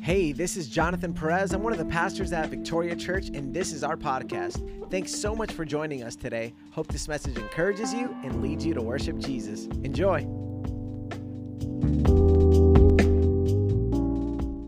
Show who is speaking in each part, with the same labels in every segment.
Speaker 1: Hey, this is Jonathan Perez. I'm one of the pastors at Victoria Church, and this is our podcast. Thanks so much for joining us today. Hope this message encourages you and leads you to worship Jesus. Enjoy.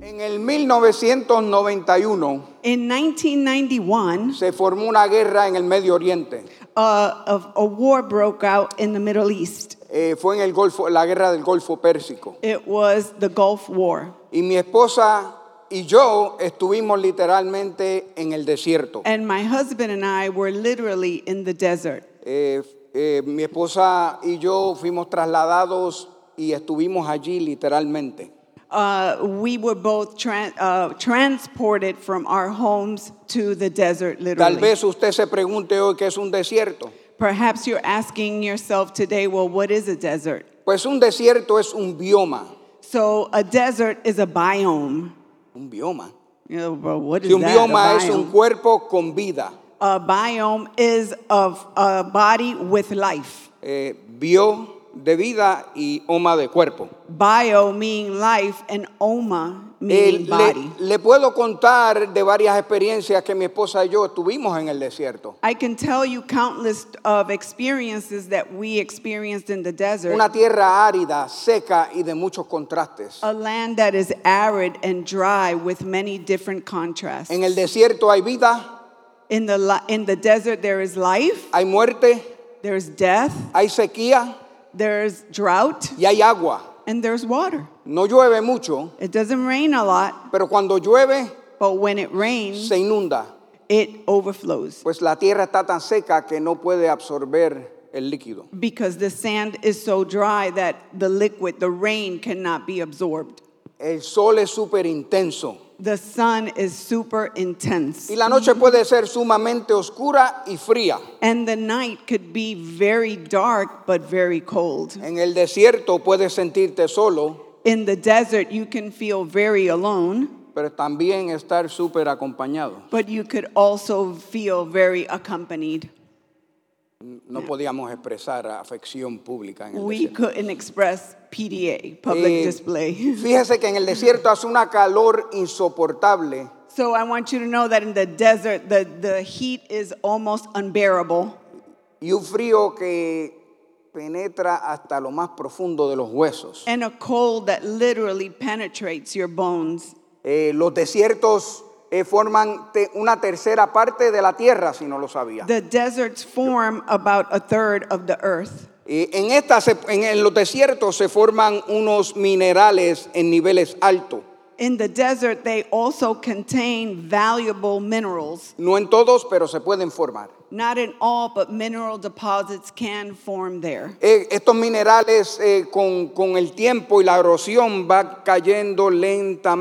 Speaker 2: En el 1991
Speaker 3: In 1991,
Speaker 2: se formó una guerra en el Medio Oriente.
Speaker 3: uh, of- a war broke out in the Middle East.
Speaker 2: Eh, fue en el Golfo, la guerra del Golfo Pérsico.
Speaker 3: It was the Gulf War.
Speaker 2: Y mi esposa y yo estuvimos literalmente en el desierto.
Speaker 3: And my husband and I were literally in the desert.
Speaker 2: Eh, eh, mi esposa y yo fuimos trasladados y estuvimos allí literalmente.
Speaker 3: Uh, we were both tran- uh, transported from our homes to the desert,
Speaker 2: Tal
Speaker 3: literally.
Speaker 2: vez usted se pregunte hoy qué es un desierto.
Speaker 3: Perhaps you're asking yourself today, well, what is a desert?
Speaker 2: Pues un desierto es un bioma.
Speaker 3: So, a desert is a biome.
Speaker 2: Un bioma.
Speaker 3: You know, well, what is
Speaker 2: Si un
Speaker 3: that? A
Speaker 2: bioma es un
Speaker 3: biome?
Speaker 2: cuerpo con vida.
Speaker 3: a biome is of a body with life.
Speaker 2: eh, bio de vida y oma de cuerpo.
Speaker 3: Bio meaning life and oma
Speaker 2: Eh,
Speaker 3: meaning
Speaker 2: le,
Speaker 3: body.
Speaker 2: le puedo contar de varias experiencias que mi esposa y yo tuvimos en el desierto.
Speaker 3: I can tell you countless of experiences that we experienced in the desert.
Speaker 2: Una tierra árida, seca y de muchos contrastes.
Speaker 3: a land that is arid and dry with many different contrasts.
Speaker 2: En el desierto hay vida,
Speaker 3: in, the li- in the desert, there is life,
Speaker 2: hay muerte,
Speaker 3: there's death,
Speaker 2: hay sequía
Speaker 3: there's drought,
Speaker 2: y hay agua.
Speaker 3: and there's water.
Speaker 2: No llueve mucho,
Speaker 3: It doesn't rain a lot,
Speaker 2: pero cuando llueve
Speaker 3: but when it rains,
Speaker 2: se inunda,
Speaker 3: it overflows
Speaker 2: pues la tierra está tan seca que no puede absorber el líquido.
Speaker 3: because the sand is so dry that the liquid, the rain, cannot be absorbed.
Speaker 2: El sol es súper intenso.
Speaker 3: The sun is super intense.
Speaker 2: Y la noche puede ser sumamente oscura y fría.
Speaker 3: And the night could be very dark but very cold.
Speaker 2: En el desierto puedes sentirte solo,
Speaker 3: In the desert, you can feel very alone,
Speaker 2: pero también estar súper acompañado.
Speaker 3: but you could also feel very accompanied.
Speaker 2: No podíamos expresar afección pública en el
Speaker 3: We
Speaker 2: desierto.
Speaker 3: couldn't express PDA, public
Speaker 2: Eh,
Speaker 3: display.
Speaker 2: Fíjese que en el desierto hace una calor insoportable
Speaker 3: So I want you to know that in the desert, the, the heat is almost unbearable.
Speaker 2: y un frío que penetra hasta lo más profundo de los huesos.
Speaker 3: and a cold that literally penetrates your bones.
Speaker 2: Eh, los desiertos eh, forman te- una tercera parte de la tierra, si no lo sabía.
Speaker 3: The deserts form about a third of the earth.
Speaker 2: Eh, en, esta se- en- en los desiertos se forman unos minerales en niveles altos.
Speaker 3: In the desert, they also contain valuable minerals.
Speaker 2: No en todos, pero se pueden formar.
Speaker 3: Not in all, but mineral deposits can form there.
Speaker 2: Eh, estos minerales eh, con, con el tiempo y la erosión van cayendo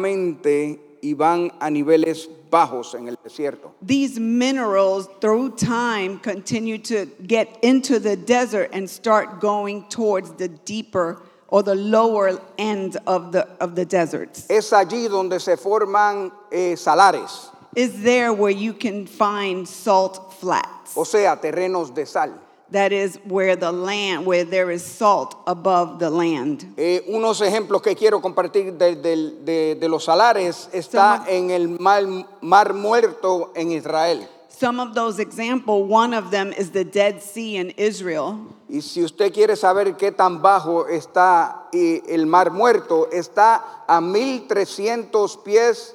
Speaker 2: lentamente y van a niveles bajos en el desierto.
Speaker 3: These minerals, through time, continue to get into the desert and start going towards the deeper or the lower end of the, of the deserts.
Speaker 2: Es allí donde se forman eh, salares,
Speaker 3: Is there where you can find salt flats?
Speaker 2: o sea, terrenos de sal.
Speaker 3: That is where the land, where there is salt above the land.
Speaker 2: Eh, unos ejemplos que quiero compartir de, de- de- de los salares está
Speaker 3: Somos-
Speaker 2: en el mar, Mar Muerto en Israel.
Speaker 3: Some of those example, one of them is the Dead Sea in Israel.
Speaker 2: Y si usted quiere saber qué tan bajo está eh, el Mar Muerto, está a 1300 pies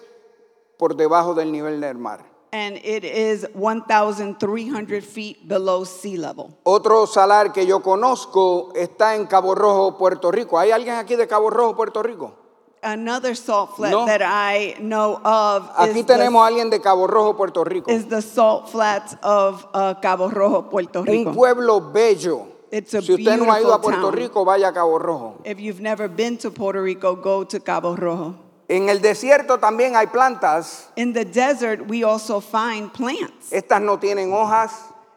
Speaker 2: por debajo del nivel del mar.
Speaker 3: And it is 1,300 feet below sea level.
Speaker 2: Otro salar que yo conozco está en Cabo Rojo, Puerto Rico. ¿Hay alguien aquí de Cabo Rojo, Puerto Rico?
Speaker 3: Another salt flat
Speaker 2: No.
Speaker 3: that I know of is,
Speaker 2: Aquí tenemos a alguien de Cabo Rojo, Puerto Rico.
Speaker 3: the, is the salt flats of uh, Cabo Rojo, Puerto
Speaker 2: Un
Speaker 3: Rico.
Speaker 2: pueblo bello.
Speaker 3: It's a
Speaker 2: Si usted no ha ido a
Speaker 3: beautiful
Speaker 2: Puerto
Speaker 3: town.
Speaker 2: Rico, vaya a Cabo Rojo.
Speaker 3: If you've never been to Puerto Rico, go to Cabo Rojo.
Speaker 2: En el desierto también hay plantas.
Speaker 3: In the desert, we also find plants.
Speaker 2: Estas no tienen hojas,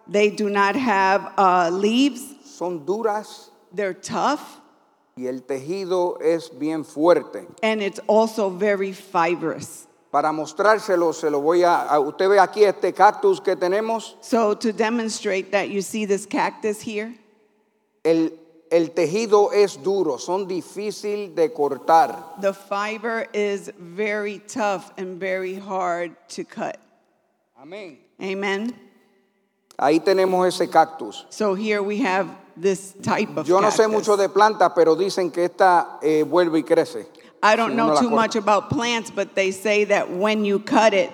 Speaker 3: They do not have uh, leaves.
Speaker 2: son duras
Speaker 3: They're tough,
Speaker 2: y el tejido es bien fuerte.
Speaker 3: and it's also very fibrous.
Speaker 2: Para mostrárselo, se lo voy a, a- Usted ve aquí este cactus que tenemos.
Speaker 3: So to demonstrate that, you see this cactus here.
Speaker 2: El, El tejido es duro, son difícil de cortar.
Speaker 3: The fiber is very tough and very hard to cut.
Speaker 2: Amén.
Speaker 3: Amen.
Speaker 2: Ahí tenemos ese cactus.
Speaker 3: So here we have this type of
Speaker 2: Yo no sé
Speaker 3: cactus.
Speaker 2: mucho de plantas, pero dicen que esta eh, vuelve y crece.
Speaker 3: I
Speaker 2: si
Speaker 3: don't
Speaker 2: uno
Speaker 3: know
Speaker 2: la
Speaker 3: too
Speaker 2: corta.
Speaker 3: much about plants, but they say that when you cut it,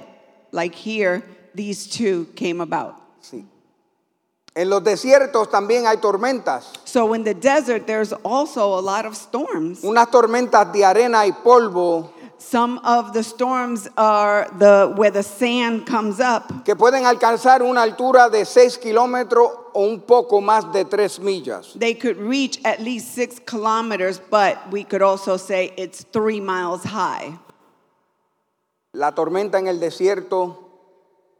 Speaker 3: like here, these two came about.
Speaker 2: Sí. En los desiertos también hay tormentas.
Speaker 3: So in the desert, there's also a lot of storms.
Speaker 2: Unas tormentas de arena y polvo
Speaker 3: Some of the storms are the where the sand comes up,
Speaker 2: que pueden alcanzar una altura de 6 kilómetros o un poco más de 3 millas.
Speaker 3: They could reach at least six kilometers, but we could also say it's three miles high.
Speaker 2: La tormenta en el desierto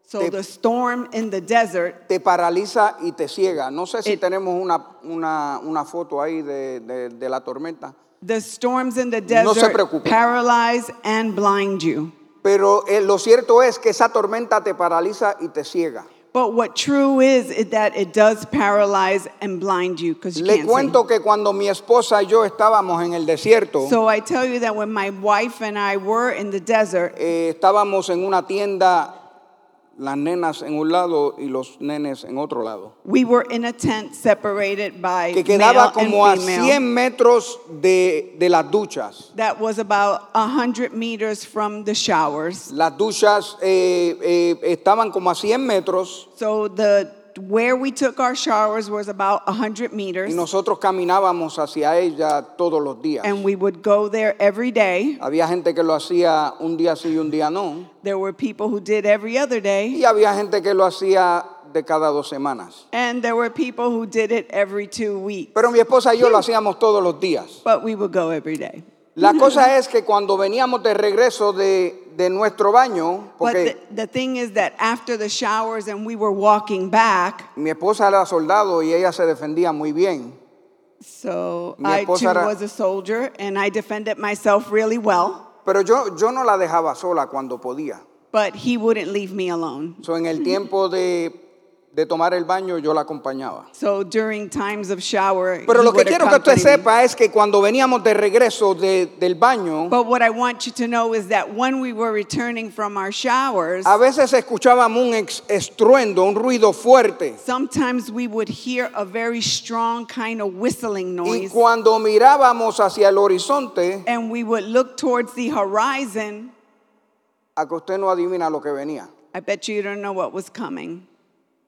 Speaker 3: So
Speaker 2: Te-
Speaker 3: the storm in the desert,
Speaker 2: te paraliza y te ciega. No sé si
Speaker 3: Eh.
Speaker 2: tenemos una, una- una foto ahí de, de- de la tormenta,
Speaker 3: the storms in the
Speaker 2: No se
Speaker 3: desert
Speaker 2: preocupe.
Speaker 3: paralyze and blind you.
Speaker 2: pero eh, lo cierto es que esa tormenta te paraliza y te ciega.
Speaker 3: But what true is, is that it does paralyze and blind you because you
Speaker 2: Le
Speaker 3: can't
Speaker 2: cuento que cuando mi esposa y yo estábamos en el desierto,
Speaker 3: see. So I tell you that when my wife and I were in the desert,
Speaker 2: eh, estábamos en una tienda, las nenas en un lado y los nenes en otro lado,
Speaker 3: we were in a tent separated by
Speaker 2: que
Speaker 3: male
Speaker 2: quedaba como a
Speaker 3: and
Speaker 2: 100
Speaker 3: female.
Speaker 2: metros de, de las duchas.
Speaker 3: That was about 100 meters from the showers.
Speaker 2: Las duchas eh, eh, estaban como a 100 metros
Speaker 3: So the where we took our showers was about 100
Speaker 2: y
Speaker 3: meters,
Speaker 2: nosotros caminábamos hacia ella todos los días.
Speaker 3: and we would go there every day.
Speaker 2: Había gente que lo hacía un día sí y un día no,
Speaker 3: There were people who did every other day,
Speaker 2: y había gente que lo hacía de cada dos semanas.
Speaker 3: and there were people who did it every two weeks.
Speaker 2: Pero mi esposa y yo lo hacíamos todos los días.
Speaker 3: But we would go every day.
Speaker 2: La cosa es que cuando veníamos de regreso de, de nuestro baño,
Speaker 3: But
Speaker 2: porque
Speaker 3: the, the thing is that after the showers and we were walking back,
Speaker 2: mi esposa era soldado y ella se defendía muy bien.
Speaker 3: so
Speaker 2: Mi
Speaker 3: I too
Speaker 2: esposa era-
Speaker 3: was a soldier and I defended myself really well,
Speaker 2: Pero yo, yo no la dejaba sola cuando podía.
Speaker 3: but he wouldn't leave me alone.
Speaker 2: So, en el tiempo de, de tomar el baño yo la acompañaba.
Speaker 3: So during times of shower,
Speaker 2: Pero
Speaker 3: he
Speaker 2: lo que
Speaker 3: would
Speaker 2: quiero que usted
Speaker 3: accompany me.
Speaker 2: sepa es que cuando veníamos de regreso de- del baño,
Speaker 3: But what I want you to know is that when we were returning from our showers,
Speaker 2: a veces escuchábamos un ex- estruendo, un ruido fuerte.
Speaker 3: sometimes we would hear a very strong kind of whistling
Speaker 2: Y
Speaker 3: noise.
Speaker 2: cuando mirábamos hacia el horizonte,
Speaker 3: And we would look towards the horizon.
Speaker 2: a que usted no adivina lo que venía.
Speaker 3: I bet you don't know what was coming.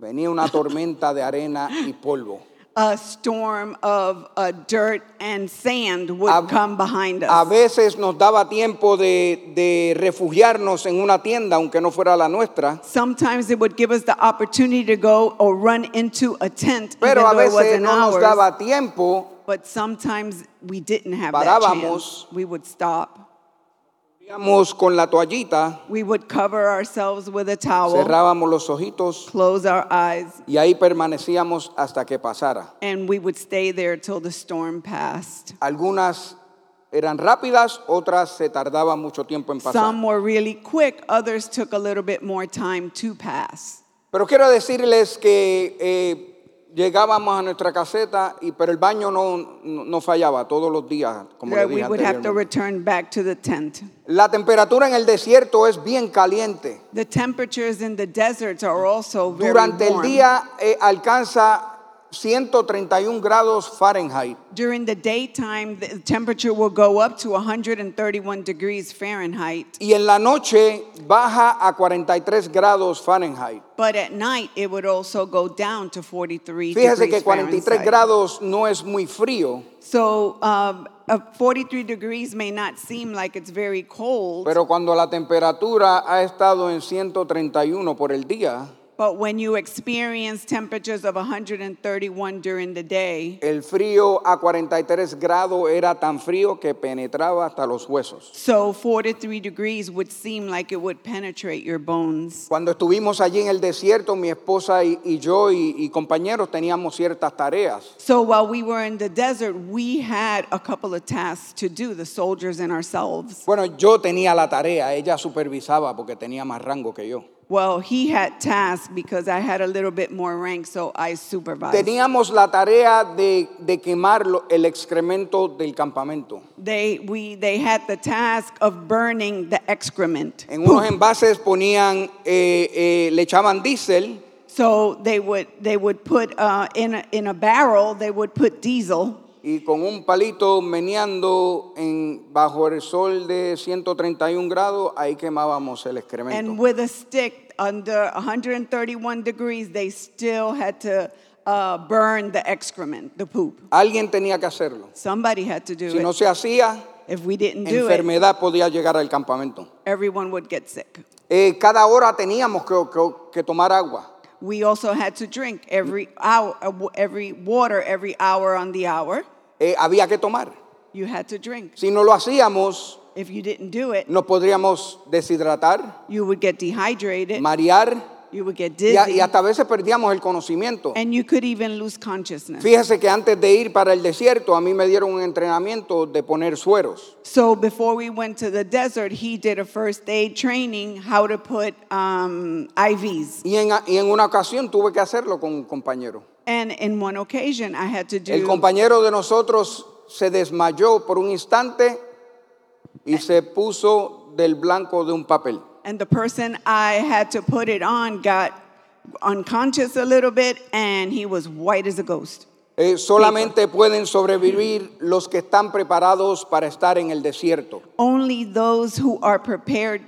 Speaker 2: Venía una tormenta de arena y polvo.
Speaker 3: A storm of uh, dirt and sand would
Speaker 2: A-
Speaker 3: come behind
Speaker 2: A
Speaker 3: us.
Speaker 2: veces nos daba tiempo de, de refugiarnos en una tienda, aunque no fuera la nuestra,
Speaker 3: Sometimes it would give us the opportunity to go or run into a tent,
Speaker 2: pero a
Speaker 3: even though it
Speaker 2: veces
Speaker 3: wasn't
Speaker 2: no nos
Speaker 3: ours.
Speaker 2: daba tiempo,
Speaker 3: But sometimes we didn't have that
Speaker 2: Parábamos.
Speaker 3: chance. We would stop.
Speaker 2: íbamos con la toallita,
Speaker 3: We would cover ourselves with a towel,
Speaker 2: cerrábamos los ojitos
Speaker 3: close our eyes,
Speaker 2: y ahí permanecíamos hasta que pasara.
Speaker 3: and we would stay there till the storm passed.
Speaker 2: Algunas eran rápidas, otras se tardaban mucho tiempo en pasar.
Speaker 3: Some were really quick, others took a little bit more time to pass.
Speaker 2: Pero quiero decirles que eh, llegábamos a nuestra caseta, y, pero el baño no, no, no fallaba todos los días, como le
Speaker 3: That
Speaker 2: dije
Speaker 3: Uh, we would have to
Speaker 2: anteriormente.
Speaker 3: return back to the tent.
Speaker 2: La temperatura en el desierto es bien caliente.
Speaker 3: The temperatures in the deserts are also very
Speaker 2: Durante el
Speaker 3: warm.
Speaker 2: día eh, alcanza 131 grados Fahrenheit.
Speaker 3: During the daytime, the temperature will go up to 131 degrees Fahrenheit,
Speaker 2: Y en la noche baja a 43 grados Fahrenheit.
Speaker 3: but at night it would also go down to 43
Speaker 2: Fíjese
Speaker 3: degrees
Speaker 2: que 43
Speaker 3: Fahrenheit.
Speaker 2: grados no es muy frío,
Speaker 3: So um, uh, 43 degrees may not seem like it's very cold,
Speaker 2: pero cuando la temperatura ha estado en 131 por el día,
Speaker 3: but when you experience temperatures of 131 during the day,
Speaker 2: El frío a 43 grados era tan frío que penetraba hasta los huesos.
Speaker 3: so 43 degrees would seem like it would penetrate your bones.
Speaker 2: Cuando estuvimos allí en el desierto, mi esposa y, y yo y, y compañeros teníamos ciertas tareas.
Speaker 3: So while we were in the desert, we had a couple of tasks to do, the soldiers and ourselves.
Speaker 2: Bueno, yo tenía la tarea, ella supervisaba porque tenía más rango que yo.
Speaker 3: Well, he had tasks because I had a little bit more rank, so I supervised.
Speaker 2: Teníamos la tarea de, de quemar lo- el excremento del campamento
Speaker 3: They we they had the task of burning the excrement.
Speaker 2: en unos envases ponían eh, eh, le echaban diésel
Speaker 3: So they would they would put uh, in a, in a barrel they would put diesel
Speaker 2: y con un palito meneando en, bajo el sol de 131 grados, ahí quemábamos el
Speaker 3: and
Speaker 2: excremento.
Speaker 3: with a stick under 131 degrees they still had to uh, burn the excrement the poop.
Speaker 2: Alguien tenía que hacerlo.
Speaker 3: Somebody had to do
Speaker 2: Si no
Speaker 3: it.
Speaker 2: se hacía,
Speaker 3: If we didn't do it,
Speaker 2: enfermedad podía llegar al campamento.
Speaker 3: everyone would get sick.
Speaker 2: Eh, cada hora teníamos que, que- que tomar agua.
Speaker 3: We also had to drink every hour uh, w- every water every hour on the hour.
Speaker 2: Eh, había que tomar.
Speaker 3: You had to drink.
Speaker 2: Si no lo hacíamos,
Speaker 3: If you didn't do it,
Speaker 2: nos podríamos deshidratar,
Speaker 3: you would get dehydrated,
Speaker 2: marear
Speaker 3: you would get
Speaker 2: y, a- y
Speaker 3: dizzy,
Speaker 2: hasta a veces perdíamos el conocimiento.
Speaker 3: and you could even lose consciousness.
Speaker 2: Fíjese que antes de ir para el desierto, a mí me dieron un entrenamiento de poner sueros.
Speaker 3: So before we went to the desert, he did a first aid training how to put um, IVs.
Speaker 2: Y en, y en una ocasión tuve que hacerlo con un compañero.
Speaker 3: And in one occasion, I had to
Speaker 2: El
Speaker 3: do.
Speaker 2: compañero de nosotros se desmayó por un instante y se puso del blanco de un papel.
Speaker 3: And the person I had to put it on got unconscious a little bit, and he was white as a ghost.
Speaker 2: Eh, solamente pueden sobrevivir los que están preparados para estar en el desierto.
Speaker 3: Only those who are prepared,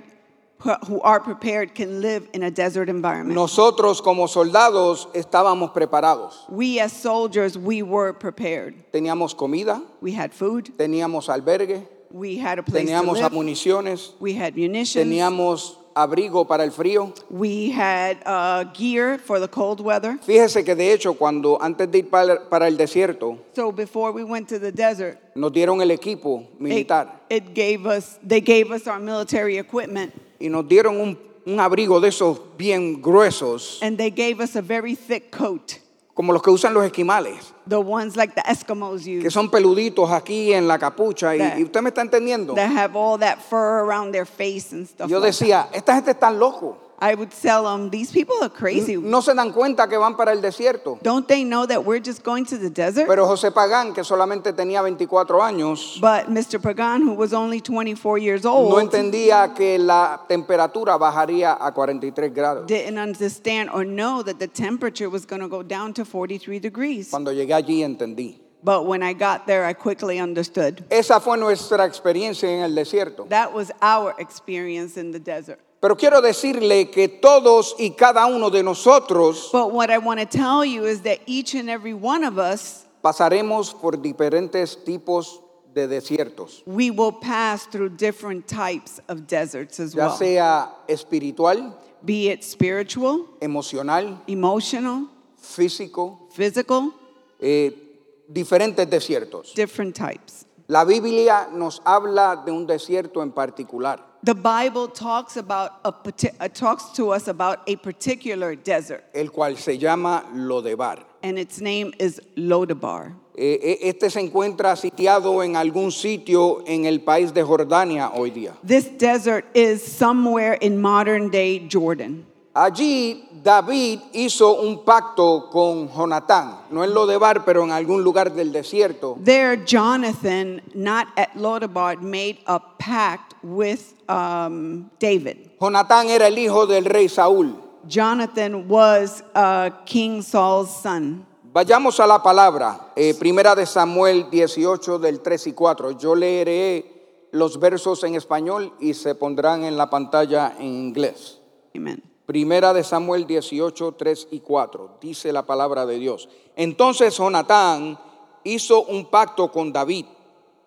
Speaker 3: who are prepared, can live in a desert environment.
Speaker 2: Nosotros como soldados estábamos preparados.
Speaker 3: We as soldiers, we were prepared.
Speaker 2: Teníamos comida,
Speaker 3: We had food.
Speaker 2: teníamos albergue,
Speaker 3: We had a place to
Speaker 2: teníamos
Speaker 3: live.
Speaker 2: municiones,
Speaker 3: We had munitions.
Speaker 2: teníamos abrigo para el frío.
Speaker 3: We had uh, gear for the cold weather.
Speaker 2: Fíjese que de hecho cuando antes de ir para para el desierto
Speaker 3: So before we went to the desert,
Speaker 2: nos dieron el equipo
Speaker 3: it,
Speaker 2: militar.
Speaker 3: it gave us they gave us our military equipment
Speaker 2: y nos dieron un, un abrigo de esos bien gruesos,
Speaker 3: and they gave us a very thick coat,
Speaker 2: como los que usan los esquimales,
Speaker 3: the ones like the Eskimos
Speaker 2: que
Speaker 3: use
Speaker 2: son peluditos aquí en la capucha.
Speaker 3: That-
Speaker 2: Y, y usted me está entendiendo.
Speaker 3: that have all that fur around their face and stuff.
Speaker 2: Yo
Speaker 3: like that.
Speaker 2: decía, esta gente está loco.
Speaker 3: I would tell them these people are crazy.
Speaker 2: No se dan cuenta que van para el desierto.
Speaker 3: Don't they know that we're just going to the desert?
Speaker 2: Pero José Pagán, que solamente tenía 24 años,
Speaker 3: But Mr. Pagan, who was only 24 years
Speaker 2: no
Speaker 3: old,
Speaker 2: entendía que la temperatura bajaría a 43 grados.
Speaker 3: didn't understand or know that the temperature was going to go down to 43 degrees.
Speaker 2: Cuando llegué allí entendí.
Speaker 3: But when I got there, I quickly understood.
Speaker 2: Esa fue nuestra experiencia en el desierto.
Speaker 3: That was our experience in the desert.
Speaker 2: Pero quiero decirle que todos y cada uno de nosotros
Speaker 3: But what I want to tell you is that each and every one of us,
Speaker 2: pasaremos por diferentes tipos de desiertos,
Speaker 3: we will pass through different types of deserts as
Speaker 2: ya
Speaker 3: well,
Speaker 2: sea espiritual,
Speaker 3: be it spiritual,
Speaker 2: emocional,
Speaker 3: emotional,
Speaker 2: físico,
Speaker 3: physical,
Speaker 2: eh, diferentes desiertos.
Speaker 3: different types.
Speaker 2: La Biblia nos habla de un desierto en particular,
Speaker 3: The Bible talks about a parti- uh, talks to us about a particular desert,
Speaker 2: el cual se llama Lodebar.
Speaker 3: and its name is Lodabar.
Speaker 2: Eh, eh, Este se encuentra sitiado en algún sitio en el país de Jordania hoy día.
Speaker 3: This desert is somewhere in modern day Jordan.
Speaker 2: Allí David hizo un pacto con Jonatán, no en Lodebar, pero en algún lugar del desierto.
Speaker 3: There, Jonathan, not at Lodabar, made a pact with um, David.
Speaker 2: Jonatán era el hijo del rey Saúl.
Speaker 3: Jonathan was uh, King Saul's son.
Speaker 2: Vayamos a la palabra, eh, primera de Samuel 18 del 3 y 4. Yo leeré los versos en español y se pondrán en la pantalla en inglés.
Speaker 3: Amen.
Speaker 2: Primera de Samuel 18, 3 y 4. Dice la palabra de Dios. Entonces Jonatán hizo un pacto con David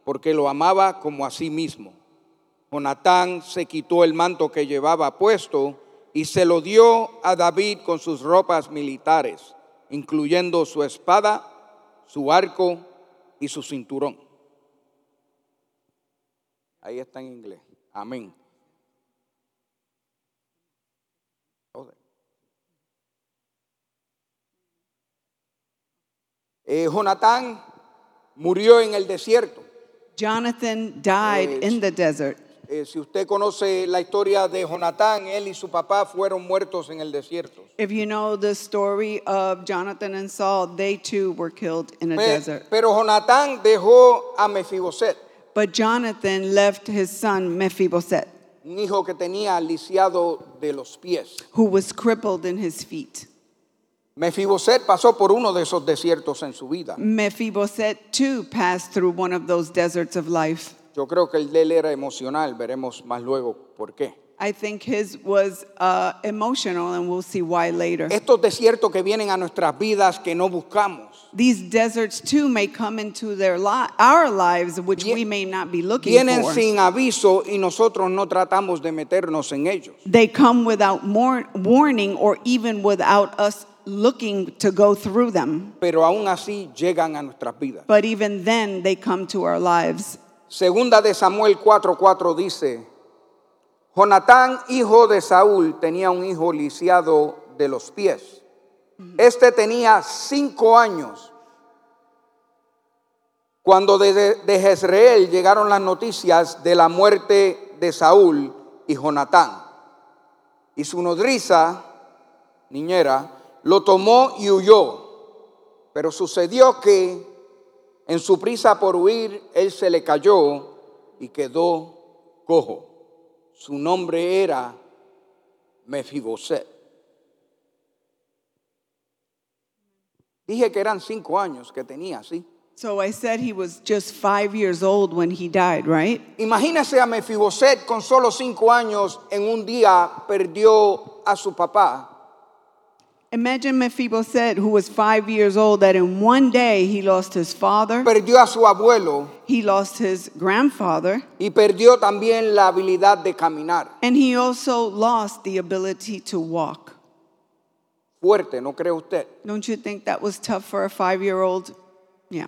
Speaker 2: porque lo amaba como a sí mismo. Jonatán se quitó el manto que llevaba puesto y se lo dio a David con sus ropas militares, incluyendo su espada, su arco y su cinturón. Ahí está en inglés. Amén. Eh, Jonatán murió en el desierto.
Speaker 3: Jonathan died
Speaker 2: Eh,
Speaker 3: in the desert.
Speaker 2: Eh, si usted conoce la historia de Jonatán, él y su papá fueron muertos en el desierto.
Speaker 3: If you know the story of Jonathan and Saul, they too were killed in a
Speaker 2: Pe-
Speaker 3: desert.
Speaker 2: Pero Jonatán dejó a Mefiboset,
Speaker 3: But Jonathan left his son Mephibosheth,
Speaker 2: un hijo que tenía lisiado de los pies.
Speaker 3: who was crippled in his feet.
Speaker 2: Mefiboset pasó por uno de esos desiertos en su vida.
Speaker 3: Mephibosheth too passed through one of those deserts of life.
Speaker 2: Yo creo que el de él era emocional, veremos más luego por qué.
Speaker 3: I think his was uh, emotional, and we'll see why later.
Speaker 2: Estos desiertos que vienen a nuestras vidas que no buscamos,
Speaker 3: These deserts too may come into their li- our lives, which
Speaker 2: Vie-
Speaker 3: we may not be looking
Speaker 2: vienen
Speaker 3: for.
Speaker 2: sin aviso y nosotros no tratamos de meternos en ellos.
Speaker 3: They come without more warning or even without us looking to go through them.
Speaker 2: Pero aún así llegan a nuestras vidas.
Speaker 3: But even then, they come to our lives.
Speaker 2: Segunda de Samuel 4:4 dice, Jonatán, hijo de Saúl, tenía un hijo lisiado de los pies. Este tenía cinco años. Cuando desde de Jezreel llegaron las noticias de la muerte de Saúl y Jonatán. Y su nodriza, niñera, lo tomó y huyó. Pero sucedió que en su prisa por huir, él se le cayó y quedó cojo. Su nombre era Mefiboset. Dije que eran cinco años que tenía, ¿sí?
Speaker 3: So I said he was just five years old when he died, right?
Speaker 2: Imagínese a Mefiboset con solo cinco años, en un día perdió a su papá.
Speaker 3: Imagine Mephibosheth, who was five years old, that in one day he lost his father,
Speaker 2: Perdió a su abuelo
Speaker 3: he lost his grandfather,
Speaker 2: y perdió también la habilidad de caminar.
Speaker 3: and he also lost the ability to walk.
Speaker 2: Fuerte, ¿no cree usted?
Speaker 3: Don't you think that was tough for a five year old? Yeah.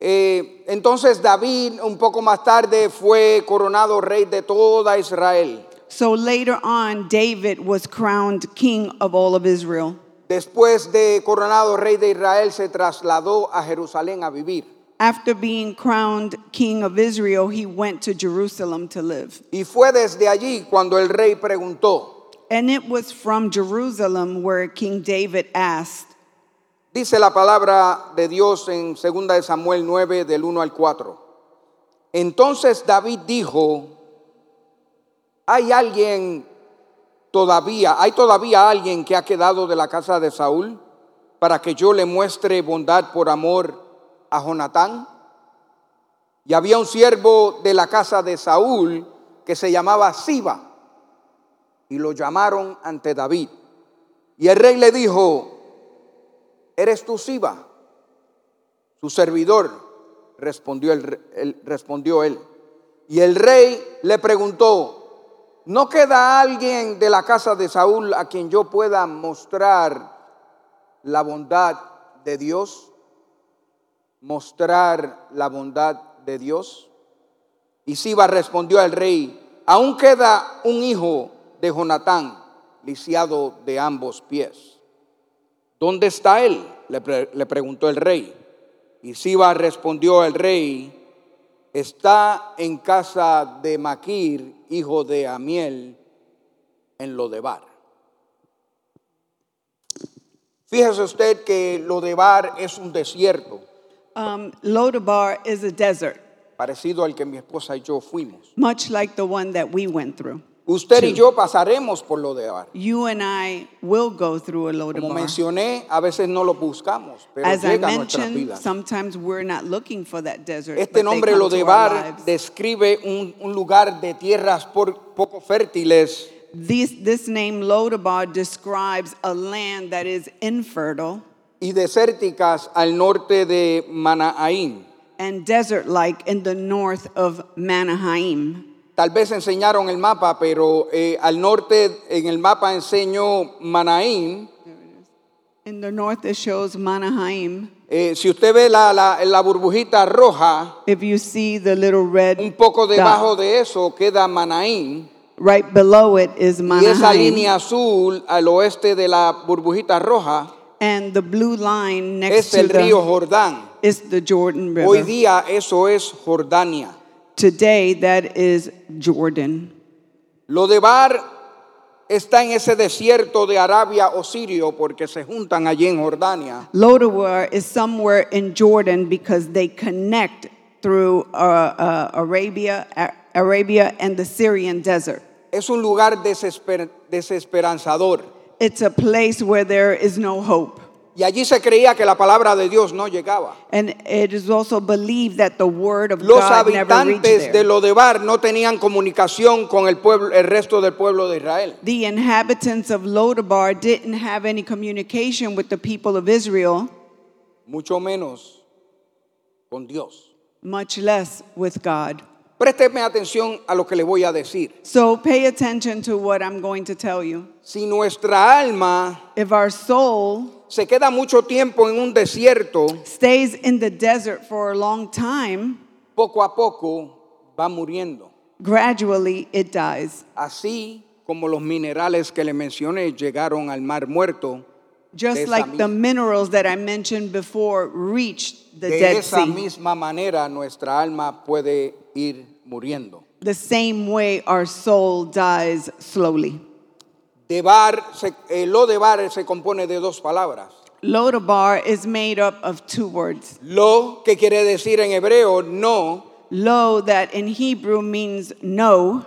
Speaker 2: Eh, entonces David un poco más tarde fue coronado rey de toda Israel.
Speaker 3: So later on, David was crowned king of all of Israel.
Speaker 2: Después de coronado rey de Israel se trasladó a Jerusalén a vivir
Speaker 3: After being crowned king of Israel, he went to Jerusalem to live.
Speaker 2: y fue desde allí cuando el rey preguntó,
Speaker 3: And it was from Jerusalem where King David asked,
Speaker 2: dice la palabra de Dios en 2 de Samuel 9 del 1 al 4. Entonces David dijo, ¿hay alguien todavía, hay todavía alguien que ha quedado de la casa de Saúl para que yo le muestre bondad por amor a Jonatán? Y había un siervo de la casa de Saúl que se llamaba Siba y lo llamaron ante David. Y el rey le dijo, ¿eres tú Siba? Su servidor, respondió, el re- el- respondió él. Y el rey le preguntó, ¿no queda alguien de la casa de Saúl a quien yo pueda mostrar la bondad de Dios? Mostrar la bondad de Dios. Y Siba respondió al rey, aún queda un hijo de Jonatán, lisiado de ambos pies. ¿Dónde está él? Le, pre- le preguntó el rey. Y Siba respondió al rey, está en casa de Maquir, hijo de Amiel, en Lodebar. Fíjese usted que Lodebar es un desierto,
Speaker 3: um, Lodabar is a desert,
Speaker 2: parecido al que mi esposa y yo fuimos.
Speaker 3: much like the one that we went through.
Speaker 2: Usted y yo pasaremos por Lodebar.
Speaker 3: You and I will go through a
Speaker 2: Como
Speaker 3: Lodabar.
Speaker 2: mencioné, a veces no lo buscamos, pero
Speaker 3: As I
Speaker 2: llega a nuestras
Speaker 3: mentioned,
Speaker 2: vidas.
Speaker 3: sometimes we're not looking for that desert. but
Speaker 2: Este
Speaker 3: they
Speaker 2: nombre
Speaker 3: come to our
Speaker 2: Lodebar
Speaker 3: lives.
Speaker 2: describe un, un lugar de tierras por- poco fértiles,
Speaker 3: This, this name Lodabar describes a land that is infertile
Speaker 2: y desérticas al norte de Manahaim.
Speaker 3: and desert like in the north of Manahaim.
Speaker 2: Tal vez enseñaron el mapa, pero eh, al norte en el mapa enseñó Manahaim.
Speaker 3: In the north, it shows Manahaim.
Speaker 2: Eh, si usted ve la, la- la burbujita roja,
Speaker 3: If you see the little red
Speaker 2: un poco
Speaker 3: dot,
Speaker 2: debajo de eso queda Manahaim.
Speaker 3: right below it is
Speaker 2: Y esa
Speaker 3: Manahaim.
Speaker 2: línea azul al oeste de la burbujita roja
Speaker 3: And the blue line next
Speaker 2: es
Speaker 3: to
Speaker 2: el
Speaker 3: the,
Speaker 2: río Jordán.
Speaker 3: is the Jordan
Speaker 2: Hoy
Speaker 3: River.
Speaker 2: día eso es Jordania.
Speaker 3: today that is Jordan.
Speaker 2: Lo de Bar está en ese desierto de Arabia o Sirio porque se juntan allí en Jordania.
Speaker 3: Lodawar is somewhere in Jordan because they connect through uh, uh, Arabia, A- Arabia and the Syrian desert.
Speaker 2: Es un lugar desesper- desesperanzador.
Speaker 3: It's a place where there is no hope.
Speaker 2: Y allí se creía que la palabra de Dios no llegaba.
Speaker 3: And it is also believed that the word of
Speaker 2: Los
Speaker 3: God never reached
Speaker 2: habitantes de
Speaker 3: there.
Speaker 2: Lodebar no tenían comunicación con el pueblo, el resto del pueblo de Israel.
Speaker 3: The inhabitants of Lodabar didn't have any communication with the people of Israel,
Speaker 2: mucho menos con Dios.
Speaker 3: much less with God.
Speaker 2: Présteme atención a lo que le voy a decir.
Speaker 3: So pay attention to what I'm going to tell you.
Speaker 2: Si nuestra alma
Speaker 3: If our soul
Speaker 2: se queda mucho tiempo en un desierto,
Speaker 3: stays in the desert for a long time,
Speaker 2: poco a poco va muriendo.
Speaker 3: gradually it dies.
Speaker 2: Así como los minerales que le mencioné llegaron al mar muerto, De
Speaker 3: Just
Speaker 2: esa
Speaker 3: like the
Speaker 2: misma-
Speaker 3: minerals that I mentioned before reached the
Speaker 2: de
Speaker 3: Dead
Speaker 2: esa
Speaker 3: Sea,
Speaker 2: misma manera nuestra alma puede ir muriendo.
Speaker 3: the same way our soul dies slowly.
Speaker 2: Debar, se- eh, lo de bar se compone de dos palabras.
Speaker 3: Lodabar is made up of two words.
Speaker 2: Lo, que quiere decir en hebreo no,
Speaker 3: Lo, that in Hebrew means no,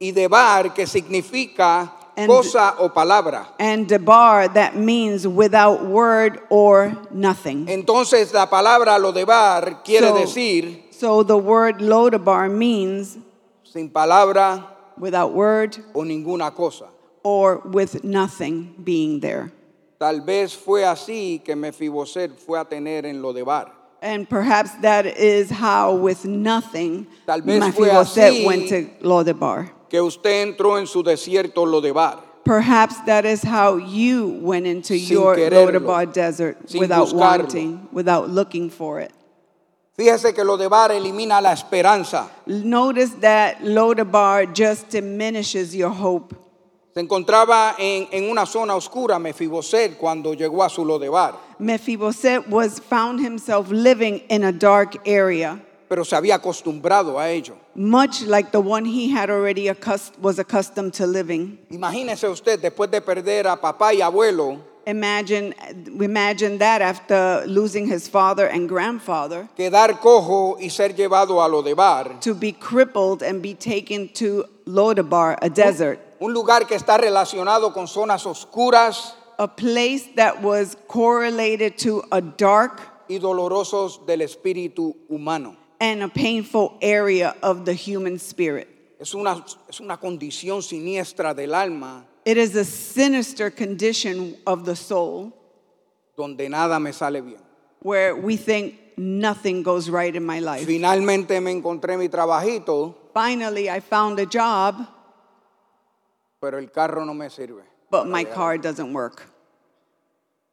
Speaker 2: y debar, que significa
Speaker 3: And-
Speaker 2: cosa o palabra.
Speaker 3: and debar, that means without word or nothing.
Speaker 2: Entonces la palabra lo debar quiere
Speaker 3: So-
Speaker 2: decir
Speaker 3: So the word Lodabar means
Speaker 2: sin palabra
Speaker 3: without word
Speaker 2: o ninguna cosa.
Speaker 3: or with nothing being there.
Speaker 2: Tal vez fue así que Mefiboset fue a tener en lo debar.
Speaker 3: And perhaps that is how, with nothing,
Speaker 2: Tal vez fue
Speaker 3: Mephibosheth
Speaker 2: así.
Speaker 3: went to Lodabar.
Speaker 2: Que usted entró en su desierto lo debar
Speaker 3: Perhaps that is how you went into
Speaker 2: Sin
Speaker 3: your
Speaker 2: quererlo.
Speaker 3: Lodabar desert
Speaker 2: Sin
Speaker 3: without
Speaker 2: buscarlo.
Speaker 3: wanting, without looking for it.
Speaker 2: Fíjese que lo debar elimina la esperanza.
Speaker 3: Notice that Lodabar just diminishes your hope.
Speaker 2: Se encontraba en, en una zona oscura Mefiboset cuando llegó a su lo debar,
Speaker 3: Mephibosheth was found himself living in a dark area,
Speaker 2: pero se había acostumbrado a ello.
Speaker 3: much like the one he had already accus- was accustomed to living.
Speaker 2: Imagínese usted después de perder a papá y abuelo
Speaker 3: Imagine, imagine that after losing his father and grandfather,
Speaker 2: quedar cojo y ser llevado a lo de Bar,
Speaker 3: to be crippled and be taken to Lodabar, a desert,
Speaker 2: un lugar que está relacionado con zonas oscuras
Speaker 3: a place that was correlated to a dark
Speaker 2: y dolorosos del espíritu humano.
Speaker 3: and a painful area of the human spirit.
Speaker 2: Es una, es una condición siniestra del alma
Speaker 3: It is a sinister condition of the soul
Speaker 2: donde nada me sale bien.
Speaker 3: where we think nothing goes right in my life.
Speaker 2: Finalmente me encontré mi trabajito,
Speaker 3: Finally, I found a job,
Speaker 2: pero el carro no me sirve.
Speaker 3: but my car doesn't work.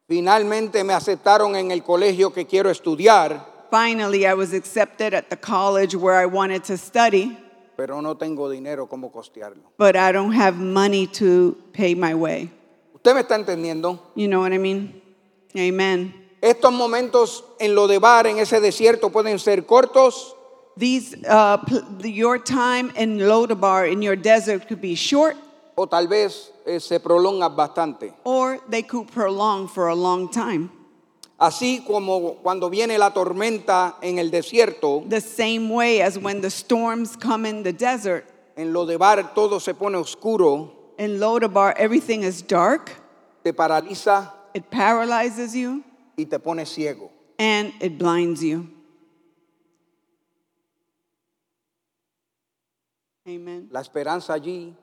Speaker 2: Finalmente me aceptaron en el colegio que quiero estudiar,
Speaker 3: Finally, I was accepted at the college where I wanted to study,
Speaker 2: pero no tengo dinero como costearlo.
Speaker 3: but I don't have money to pay my way.
Speaker 2: ¿Usted me está entendiendo?
Speaker 3: You know what I mean? Amen.
Speaker 2: Estos momentos en lo de bar, en ese desierto, pueden ser cortos
Speaker 3: These, uh, pl- your time in Lodabar, in your desert, could be short
Speaker 2: o tal vez eh, se prolongan bastante.
Speaker 3: or they could prolong for a long time.
Speaker 2: Así como cuando viene la tormenta en el desierto,
Speaker 3: The same way as when the storms come in the desert,
Speaker 2: en lo de bar todo se pone oscuro,
Speaker 3: in Lodabar, everything is dark,
Speaker 2: te paraliza
Speaker 3: it paralyzes you,
Speaker 2: y te pone ciego.
Speaker 3: and it blinds you. Amen.
Speaker 2: La esperanza allí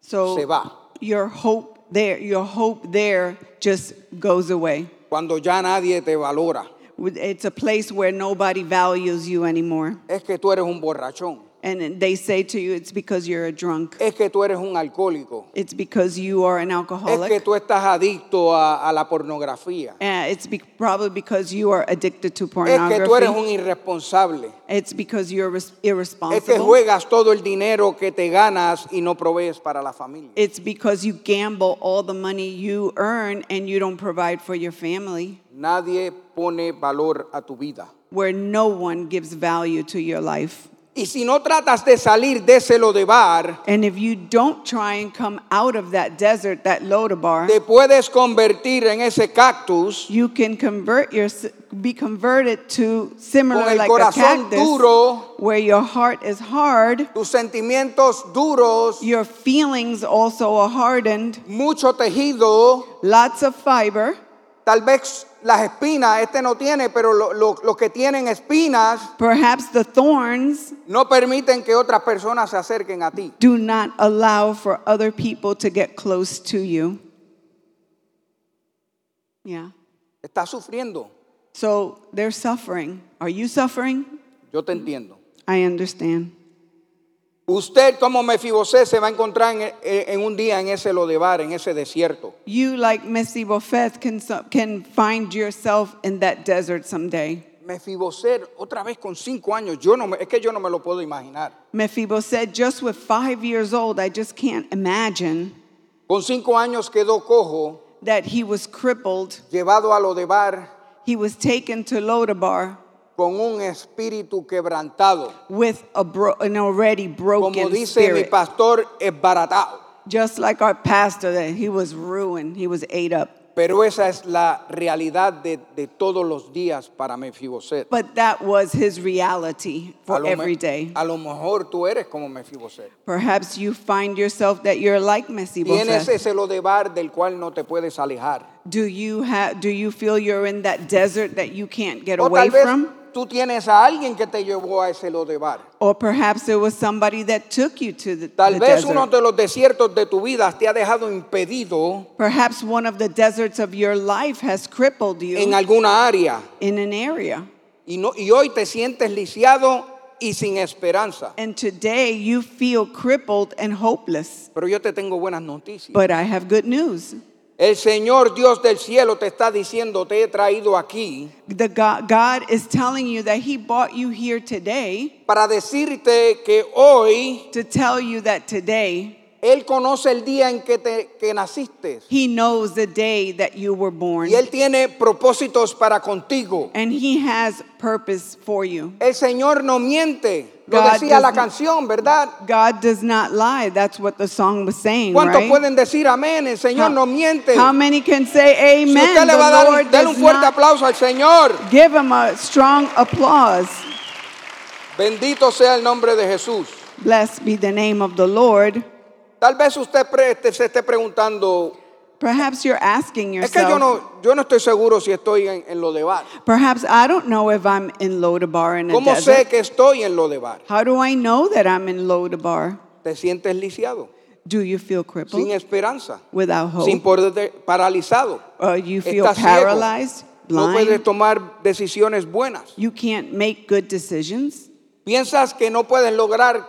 Speaker 2: se
Speaker 3: So
Speaker 2: va.
Speaker 3: your hope there, your hope there just goes away.
Speaker 2: Cuando ya nadie te valora,
Speaker 3: It's a place where nobody values you anymore.
Speaker 2: es que tú eres un borrachón,
Speaker 3: And they say to you, it's because you're a drunk.
Speaker 2: es que tú eres un alcohólico,
Speaker 3: It's because you are an
Speaker 2: es que
Speaker 3: alcoholic.
Speaker 2: tú estás adicto a, a la pornografía,
Speaker 3: Uh, it's be- probably because you are addicted to
Speaker 2: es que tú eres
Speaker 3: pornography.
Speaker 2: un irresponsable.
Speaker 3: It's because you're res-
Speaker 2: Es que
Speaker 3: irresponsible.
Speaker 2: juegas todo el dinero que te ganas y no provees para la familia.
Speaker 3: It's because you gamble all the money you earn and you don't provide for your family,
Speaker 2: Nadie pone valor a tu vida.
Speaker 3: where no one gives value to your life.
Speaker 2: Y si no tratas de salir de ese lodebar,
Speaker 3: And if you don't try and come out of that desert, that Lodabar,
Speaker 2: te puedes convertir en ese cactus
Speaker 3: you can convert your, be converted to similar
Speaker 2: con el
Speaker 3: like a
Speaker 2: corazón
Speaker 3: cactus,
Speaker 2: duro,
Speaker 3: where your heart is hard,
Speaker 2: tus sentimientos duros,
Speaker 3: your feelings also are hardened,
Speaker 2: mucho tejido,
Speaker 3: lots of fiber.
Speaker 2: tal vez las espinas, este no tiene, pero lo- lo- los que tienen espinas
Speaker 3: Perhaps the thorns
Speaker 2: no permiten que otras personas se acerquen a ti.
Speaker 3: do not allow for other people to get close to you. Yeah.
Speaker 2: Estás sufriendo,
Speaker 3: So they're suffering. Are you suffering?
Speaker 2: yo te entiendo.
Speaker 3: I understand.
Speaker 2: Usted como Mefibosé se va a encontrar en, en un día en ese lodebar, en ese desierto.
Speaker 3: You, like Missy Bofeth, can, su- can find yourself in that desert someday.
Speaker 2: Mefibosé otra vez con cinco años, yo no me- es que yo no me lo puedo imaginar.
Speaker 3: Mephibosheth said, just with five years old, I just can't imagine
Speaker 2: Con cinco años quedó cojo,
Speaker 3: that he was crippled.
Speaker 2: llevado a lodebar
Speaker 3: He was taken to Lodabar
Speaker 2: con un espíritu quebrantado,
Speaker 3: with a bro- an already
Speaker 2: como
Speaker 3: broken
Speaker 2: dice mi
Speaker 3: spirit.
Speaker 2: pastor, esbaratado.
Speaker 3: Just like our pastor, that he was ruined, he was ate up.
Speaker 2: Pero esa es la realidad de, de todos los días para Mefiboset.
Speaker 3: But that was his reality
Speaker 2: A
Speaker 3: for
Speaker 2: lo me-
Speaker 3: every day.
Speaker 2: A lo mejor tú eres como Mefiboset.
Speaker 3: Perhaps you find yourself that you're like
Speaker 2: Tienes
Speaker 3: Mephibosheth.
Speaker 2: ese lodebar del cual no te puedes alejar.
Speaker 3: Do you have? Do you feel you're in that desert that you can't get
Speaker 2: O
Speaker 3: away
Speaker 2: tal vez
Speaker 3: from?
Speaker 2: tú tienes a alguien que te llevó a ese lodebar.
Speaker 3: Or perhaps there was somebody that took you to the,
Speaker 2: Tal
Speaker 3: the
Speaker 2: vez
Speaker 3: desert.
Speaker 2: uno de los desiertos de tu vida te ha dejado impedido
Speaker 3: Perhaps one of the deserts of your life has crippled you
Speaker 2: en alguna área
Speaker 3: in an area.
Speaker 2: y, no, y hoy te sientes lisiado y sin esperanza.
Speaker 3: And today you feel crippled and hopeless.
Speaker 2: Pero yo te tengo buenas noticias.
Speaker 3: But I have good news.
Speaker 2: El Señor Dios del cielo te está diciendo, te he traído aquí
Speaker 3: The God, God is telling you that He brought you here today
Speaker 2: para decirte que hoy
Speaker 3: to tell you that today
Speaker 2: Él conoce el día en que, te, que naciste
Speaker 3: He knows the day that you were born.
Speaker 2: y Él tiene propósitos para contigo.
Speaker 3: And He has purpose for you.
Speaker 2: El Señor no miente, lo
Speaker 3: God
Speaker 2: decía
Speaker 3: does
Speaker 2: la
Speaker 3: not-
Speaker 2: canción, ¿verdad?
Speaker 3: God does not lie. That's what the song was saying,
Speaker 2: ¿Cuántos
Speaker 3: right?
Speaker 2: pueden decir amén? El Señor
Speaker 3: How-
Speaker 2: no miente.
Speaker 3: How many can say
Speaker 2: Si
Speaker 3: amen?
Speaker 2: usted le
Speaker 3: The
Speaker 2: va a dar
Speaker 3: Lord
Speaker 2: un, dele un
Speaker 3: does
Speaker 2: fuerte
Speaker 3: not-
Speaker 2: aplauso al Señor.
Speaker 3: Give him a strong applause.
Speaker 2: Bendito sea el nombre de Jesús.
Speaker 3: Blessed be the name of the Lord.
Speaker 2: Tal vez usted pre- te- se esté preguntando,
Speaker 3: Perhaps you're asking
Speaker 2: es que yo
Speaker 3: yourself,
Speaker 2: no, yo no estoy seguro si estoy en, en lo de bar.
Speaker 3: perhaps I don't know if I'm in Lodabar in a
Speaker 2: ¿Cómo sé
Speaker 3: desert.
Speaker 2: que estoy en lo de bar?
Speaker 3: How do I know that I'm in Lodabar?
Speaker 2: Te sientes lisiado,
Speaker 3: Do you feel
Speaker 2: sin
Speaker 3: crippled?
Speaker 2: esperanza,
Speaker 3: Without
Speaker 2: sin
Speaker 3: hope?
Speaker 2: poder, paralizado.
Speaker 3: Or you feel
Speaker 2: Estás ciego.
Speaker 3: paralyzed?
Speaker 2: No puedes
Speaker 3: Blind?
Speaker 2: tomar decisiones buenas.
Speaker 3: You can't make good decisions?
Speaker 2: Piensas que no puedes lograr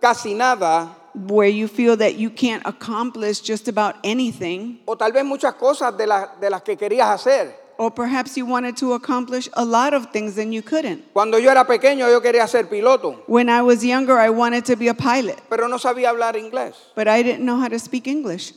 Speaker 2: casi nada
Speaker 3: Where you feel that you can't accomplish just about anything?
Speaker 2: o tal vez muchas cosas de, las- de las que querías hacer.
Speaker 3: Or perhaps you wanted to accomplish a lot of things and you couldn't?
Speaker 2: Cuando yo era pequeño yo quería ser piloto,
Speaker 3: When I was younger, I wanted to be a pilot,
Speaker 2: pero no sabía hablar inglés.
Speaker 3: but I didn't know how to speak English.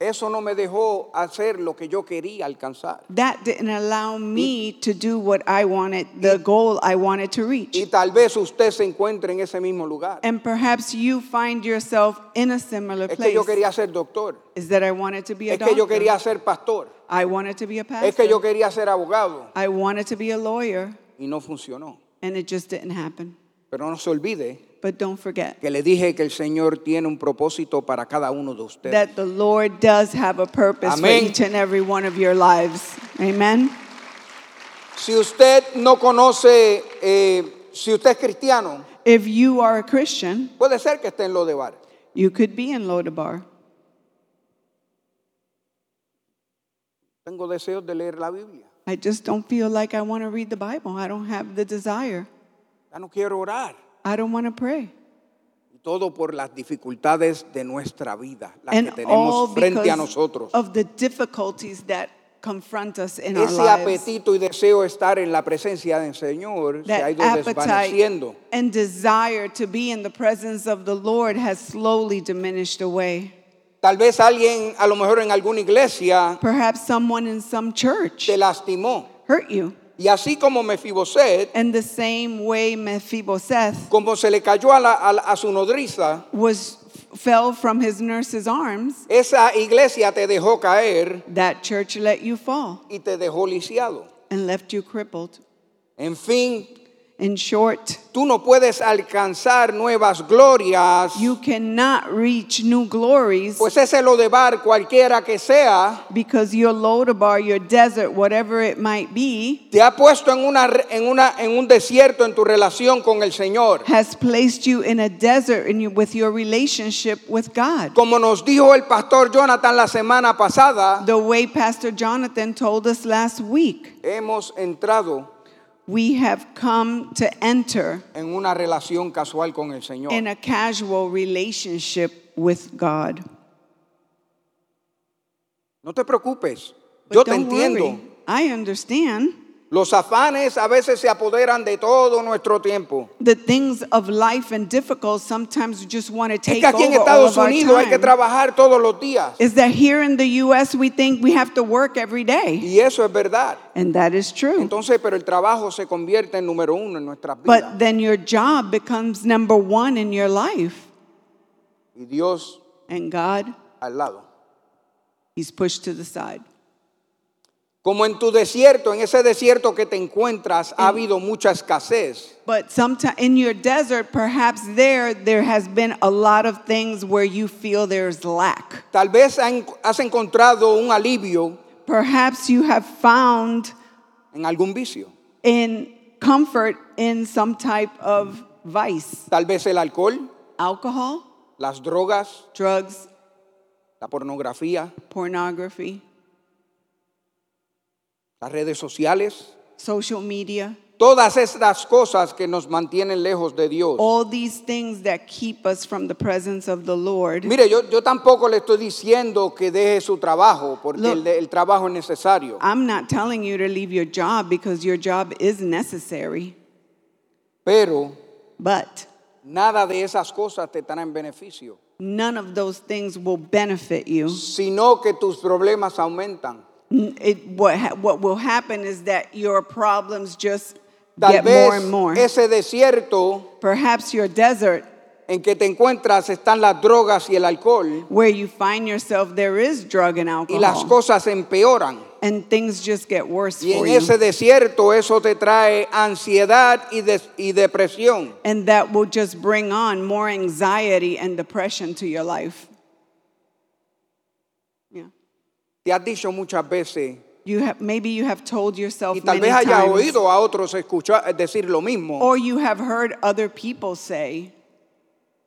Speaker 2: Eso no me dejó hacer lo que yo quería alcanzar.
Speaker 3: That didn't allow me to do what I wanted, the goal I wanted to
Speaker 2: Y
Speaker 3: reach.
Speaker 2: tal vez usted se encuentre en ese mismo lugar.
Speaker 3: And perhaps you find yourself in a similar
Speaker 2: Es que yo
Speaker 3: place.
Speaker 2: quería ser doctor.
Speaker 3: Is that I wanted to be a
Speaker 2: Es que yo quería
Speaker 3: doctor.
Speaker 2: ser pastor.
Speaker 3: I wanted to be a
Speaker 2: Es que yo
Speaker 3: pastor.
Speaker 2: quería ser abogado.
Speaker 3: I wanted to be a lawyer,
Speaker 2: Y no funcionó.
Speaker 3: and it just didn't happen.
Speaker 2: Pero no se olvide
Speaker 3: But don't forget
Speaker 2: que le dije que el Señor tiene un propósito para cada uno de ustedes.
Speaker 3: that the Lord does have a purpose for
Speaker 2: Amén.
Speaker 3: each and every one of your lives. Amen.
Speaker 2: Si usted no conoce, eh, si usted es cristiano,
Speaker 3: If you are a Christian,
Speaker 2: puede ser que esté en lo de bar.
Speaker 3: you could be in Lodabar.
Speaker 2: Tengo deseos de leer la Biblia.
Speaker 3: I just don't feel like I want to read the Bible. I don't have the desire.
Speaker 2: Ya no quiero orar.
Speaker 3: I don't want to pray.
Speaker 2: Y Todo por las dificultades de nuestra vida, las
Speaker 3: and
Speaker 2: que
Speaker 3: all
Speaker 2: tenemos frente a
Speaker 3: because
Speaker 2: nosotros.
Speaker 3: of the difficulties that confront us in our
Speaker 2: Ese
Speaker 3: lives.
Speaker 2: apetito y deseo de estar en la presencia del Señor se ha
Speaker 3: That
Speaker 2: ido
Speaker 3: appetite
Speaker 2: desvaneciendo.
Speaker 3: and desire to be in the presence of the Lord has slowly diminished away.
Speaker 2: Tal vez alguien, a lo mejor en alguna iglesia,
Speaker 3: Perhaps someone in some church
Speaker 2: te lastimó.
Speaker 3: hurt you.
Speaker 2: Y así como Mefiboset,
Speaker 3: And the same way Mephibosheth
Speaker 2: como se le cayó a, la- a la- a su nodriza,
Speaker 3: was fell from his nurse's arms,
Speaker 2: esa iglesia te dejó caer
Speaker 3: that church let you fall
Speaker 2: y te dejó lisiado.
Speaker 3: and left you crippled.
Speaker 2: En fin,
Speaker 3: In short,
Speaker 2: tú no puedes alcanzar nuevas glorias,
Speaker 3: you cannot reach new glories
Speaker 2: pues ese Lodebar, cualquiera que sea,
Speaker 3: because your Lodabar, your desert, whatever it might be,
Speaker 2: te ha puesto en, una, re- en, una, en un desierto en tu relación con el Señor.
Speaker 3: has placed you in a desert in you, with your relationship with God.
Speaker 2: Como nos dijo el pastor Jonathan la semana pasada,
Speaker 3: The way Pastor Jonathan told us last week,
Speaker 2: hemos entrado
Speaker 3: we have come to enter
Speaker 2: en una relación casual con el Señor.
Speaker 3: in a casual relationship with God.
Speaker 2: No te preocupes,
Speaker 3: But
Speaker 2: yo te
Speaker 3: Pues don't
Speaker 2: entiendo.
Speaker 3: worry, I understand.
Speaker 2: Los afanes a veces se apoderan de todo nuestro tiempo.
Speaker 3: The things of life and difficult sometimes you just want to
Speaker 2: Es
Speaker 3: take
Speaker 2: que aquí en
Speaker 3: over all
Speaker 2: Estados
Speaker 3: of our
Speaker 2: Unidos hay que
Speaker 3: time.
Speaker 2: trabajar todos los días.
Speaker 3: Is that here in the U.S. we think we have to work every day,
Speaker 2: Y eso es verdad.
Speaker 3: and that is true.
Speaker 2: Entonces, pero el trabajo se convierte en número uno en nuestras
Speaker 3: But
Speaker 2: vidas.
Speaker 3: then your job becomes number one in your life,
Speaker 2: Y Dios
Speaker 3: and God,
Speaker 2: al lado.
Speaker 3: He's pushed to the side.
Speaker 2: Como en tu desierto, en ese desierto que te encuentras, ha habido mucha escasez.
Speaker 3: But sometimes in your desert, perhaps there, there has been a lot of things where you feel there's lack.
Speaker 2: Tal vez han- has encontrado un alivio
Speaker 3: Perhaps you have found
Speaker 2: en algún vicio.
Speaker 3: in comfort in some type of vice,
Speaker 2: Tal vez el alcohol,
Speaker 3: alcohol,
Speaker 2: las drogas,
Speaker 3: drugs,
Speaker 2: la pornografía,
Speaker 3: pornography,
Speaker 2: las redes sociales.
Speaker 3: social media,
Speaker 2: Todas estas cosas que nos mantienen lejos de Dios.
Speaker 3: all these things that keep us from the presence of the Lord.
Speaker 2: Mire, yo, yo tampoco le estoy diciendo que deje su trabajo, porque el,
Speaker 3: Look.
Speaker 2: el trabajo es necesario.
Speaker 3: I'm not telling you to leave your job because your job is necessary,
Speaker 2: Pero
Speaker 3: but
Speaker 2: nada de esas cosas te estará en beneficio,
Speaker 3: none of those things will benefit you.
Speaker 2: sino que tus problemas aumentan.
Speaker 3: N- It, what, ha- what will happen is that your problems just
Speaker 2: Tal
Speaker 3: get
Speaker 2: vez
Speaker 3: more and more.
Speaker 2: ese desierto
Speaker 3: Perhaps your desert,
Speaker 2: en que te encuentras están las drogas y el alcohol
Speaker 3: where you find yourself, there is drug and
Speaker 2: y las
Speaker 3: alcohol,
Speaker 2: cosas empeoran.
Speaker 3: and things just get worse
Speaker 2: Y
Speaker 3: for
Speaker 2: en
Speaker 3: you.
Speaker 2: ese desierto eso te trae ansiedad y, des- y depresión.
Speaker 3: And that will just bring on more anxiety and depression to your life. Yeah.
Speaker 2: Te has dicho muchas veces,
Speaker 3: You have, maybe you have told yourself
Speaker 2: y tal
Speaker 3: many
Speaker 2: vez hayas
Speaker 3: times,
Speaker 2: oído a otros escuchar, decir lo mismo.
Speaker 3: or you have heard other people say,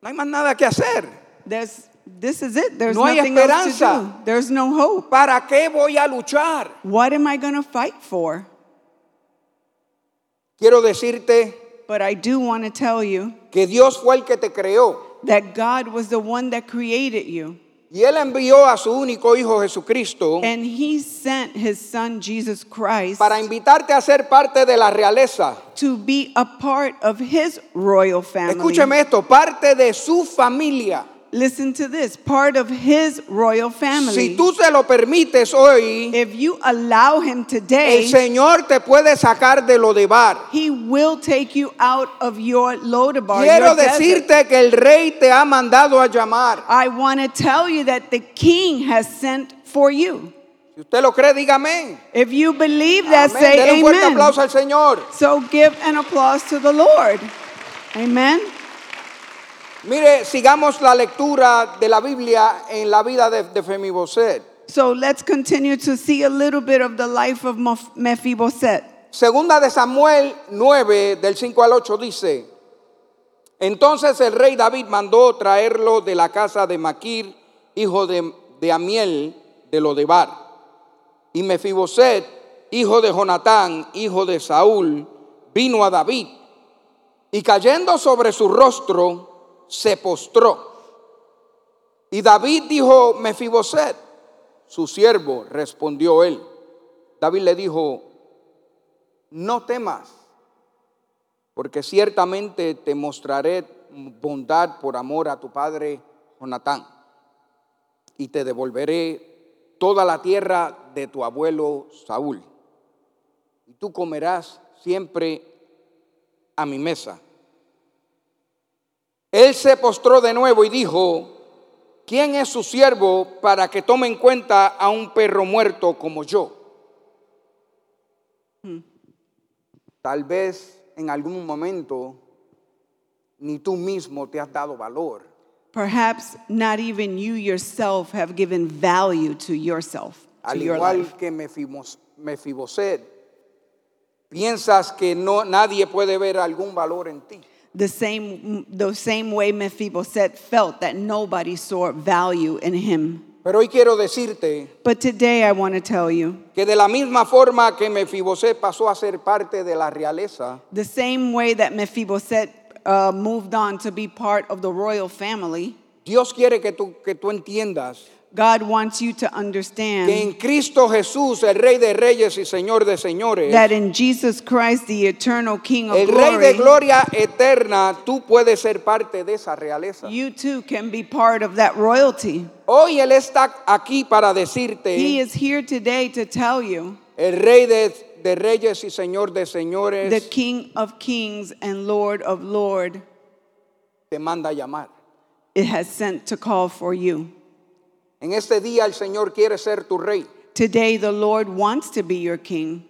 Speaker 2: No hay más nada que hacer.
Speaker 3: There's, this is it. There's
Speaker 2: No hay
Speaker 3: nothing else to
Speaker 2: esperanza.
Speaker 3: do. There's no hope.
Speaker 2: ¿Para qué voy a luchar?
Speaker 3: What am I going to fight for?
Speaker 2: Quiero decirte
Speaker 3: But I do want to tell you
Speaker 2: que Dios fue el que te creó
Speaker 3: that God was the one that created you.
Speaker 2: y Él envió a su único Hijo Jesucristo
Speaker 3: And he sent his son Jesus Christ
Speaker 2: para invitarte a ser parte de la realeza.
Speaker 3: to be a part of his royal family.
Speaker 2: Escúcheme esto, parte de su familia.
Speaker 3: Listen to this part of his royal family.
Speaker 2: Si tú se lo permites hoy,
Speaker 3: if you allow him
Speaker 2: el
Speaker 3: today,
Speaker 2: Señor te puede sacar de lo de bar.
Speaker 3: he will take you out of your Lodabar.
Speaker 2: Quiero
Speaker 3: your desert.
Speaker 2: decirte que el Rey te ha mandado a llamar.
Speaker 3: I want to tell you that the king has sent for you.
Speaker 2: Si usted lo cree, dígame.
Speaker 3: If you believe that,
Speaker 2: Amén. Dele
Speaker 3: say
Speaker 2: un fuerte aplauso
Speaker 3: amen.
Speaker 2: al Señor.
Speaker 3: So give an applause to the Lord. Amen.
Speaker 2: Mire, sigamos la lectura de la Biblia en la vida de, de Mefiboset.
Speaker 3: So let's continue to see a little bit of the life of Meph- Mephibosheth.
Speaker 2: Segunda de Samuel 9, del 5 al 8 dice, entonces el rey David mandó traerlo de la casa de Maquir, hijo de, de Amiel, de Lodebar. Y Mefiboset, hijo de Jonatán, hijo de Saúl, vino a David y cayendo sobre su rostro, se postró. Y David dijo, Mefiboset, su siervo, respondió él. David le dijo, no temas, porque ciertamente te mostraré bondad por amor a tu padre Jonatán, y te devolveré toda la tierra de tu abuelo Saúl. y tú comerás siempre a mi mesa. Él se postró de nuevo y dijo, ¿quién es su siervo para que tome en cuenta a un perro muerto como yo? Tal vez en algún momento ni tú mismo te has dado valor.
Speaker 3: Perhaps not even you yourself have given value to yourself, to
Speaker 2: Al
Speaker 3: your
Speaker 2: igual
Speaker 3: life.
Speaker 2: que Mefimos- Mefiboset, piensas que no, nadie puede ver algún valor en ti.
Speaker 3: The same, the same way Mephibosheth felt that nobody saw value in him.
Speaker 2: Pero hoy quiero decirte
Speaker 3: But today I want to tell you
Speaker 2: que de la misma forma que Mefiboset pasó a ser parte de la realeza,
Speaker 3: the same way that Mephibosheth uh, moved on to be part of the royal family,
Speaker 2: Dios quiere que tú, que tú entiendas
Speaker 3: God wants you to
Speaker 2: que
Speaker 3: understand
Speaker 2: en Cristo Jesús, el Rey de Reyes y Señor de Señores,
Speaker 3: that in Jesus Christ, the eternal King of
Speaker 2: el Rey de
Speaker 3: glory,
Speaker 2: Gloria eterna, tú puedes ser parte de esa realeza.
Speaker 3: you too can be part of that royalty.
Speaker 2: Hoy Él está aquí para
Speaker 3: He
Speaker 2: decirte,
Speaker 3: is here today to tell you
Speaker 2: el Rey de, de Reyes y Señor de
Speaker 3: the
Speaker 2: Señores
Speaker 3: King of Kings and Lord of Lord
Speaker 2: te manda a llamar.
Speaker 3: it has sent to call for you.
Speaker 2: En este día el Señor quiere ser tu Rey.
Speaker 3: Today, the Lord wants to be your King.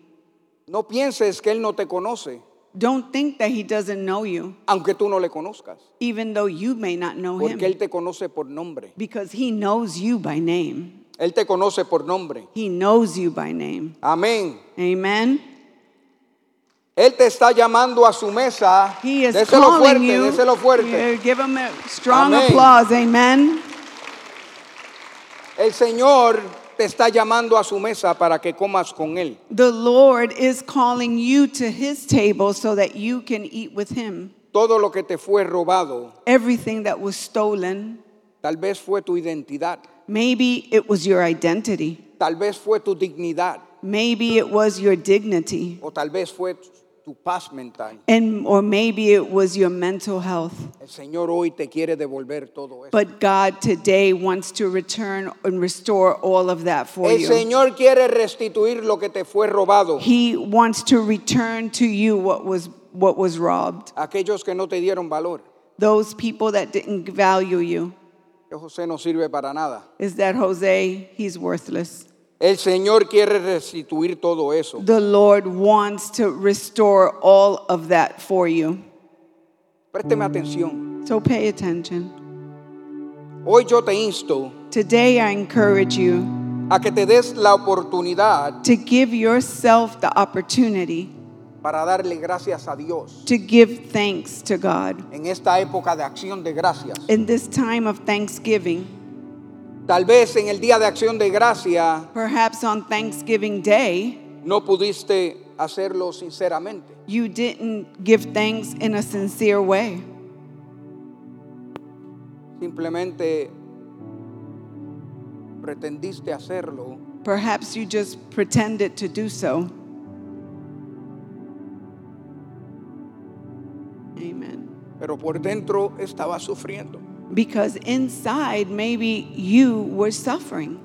Speaker 2: No pienses que Él no te conoce,
Speaker 3: Don't think that He doesn't know you,
Speaker 2: aunque tú no le conozcas,
Speaker 3: even though you may not know Him.
Speaker 2: porque Él te conoce por nombre.
Speaker 3: Because he knows you by name.
Speaker 2: Él te conoce por nombre.
Speaker 3: He knows you by name.
Speaker 2: Amén.
Speaker 3: Amen.
Speaker 2: Él te está llamando a su mesa.
Speaker 3: He is
Speaker 2: Déselo
Speaker 3: calling
Speaker 2: fuerte,
Speaker 3: you.
Speaker 2: déselo fuerte.
Speaker 3: You Give him a strong
Speaker 2: Amén.
Speaker 3: applause. Amen.
Speaker 2: El Señor te está llamando a su mesa para que comas con Él.
Speaker 3: The Lord is calling you to his table so that you can eat with him.
Speaker 2: Todo lo que te fue robado,
Speaker 3: Everything that was stolen,
Speaker 2: tal vez fue tu identidad,
Speaker 3: maybe it was your identity,
Speaker 2: tal vez fue tu dignidad
Speaker 3: maybe it was your dignity,
Speaker 2: o tal vez fue tu paz mental.
Speaker 3: and or maybe it was your mental health.
Speaker 2: El Señor hoy te quiere devolver todo eso.
Speaker 3: But God today wants to return and restore all of that for
Speaker 2: El
Speaker 3: you.
Speaker 2: Señor quiere restituir lo que te fue robado.
Speaker 3: He wants to return to you what was what was robbed.
Speaker 2: Aquellos que no te dieron valor,
Speaker 3: Those people that didn't value you.
Speaker 2: que José no sirve para nada.
Speaker 3: Is that Jose? He's worthless.
Speaker 2: El Señor quiere restituir todo eso.
Speaker 3: The Lord wants to restore all of that for you.
Speaker 2: Présteme atención.
Speaker 3: So pay attention.
Speaker 2: Hoy yo te insto
Speaker 3: Today I encourage you
Speaker 2: a que te des la oportunidad
Speaker 3: to give yourself the opportunity
Speaker 2: para darle gracias a Dios
Speaker 3: to give thanks to God.
Speaker 2: en esta época de acción de gracias.
Speaker 3: In this time of Thanksgiving,
Speaker 2: Tal vez en el día de acción de gracia
Speaker 3: perhaps on Thanksgiving Day,
Speaker 2: no pudiste hacerlo sinceramente,
Speaker 3: you didn't give thanks in a sincere way.
Speaker 2: simplemente pretendiste hacerlo
Speaker 3: Perhaps you just pretended to do so. Amen.
Speaker 2: pero por dentro estabas sufriendo.
Speaker 3: Because inside, maybe you were suffering.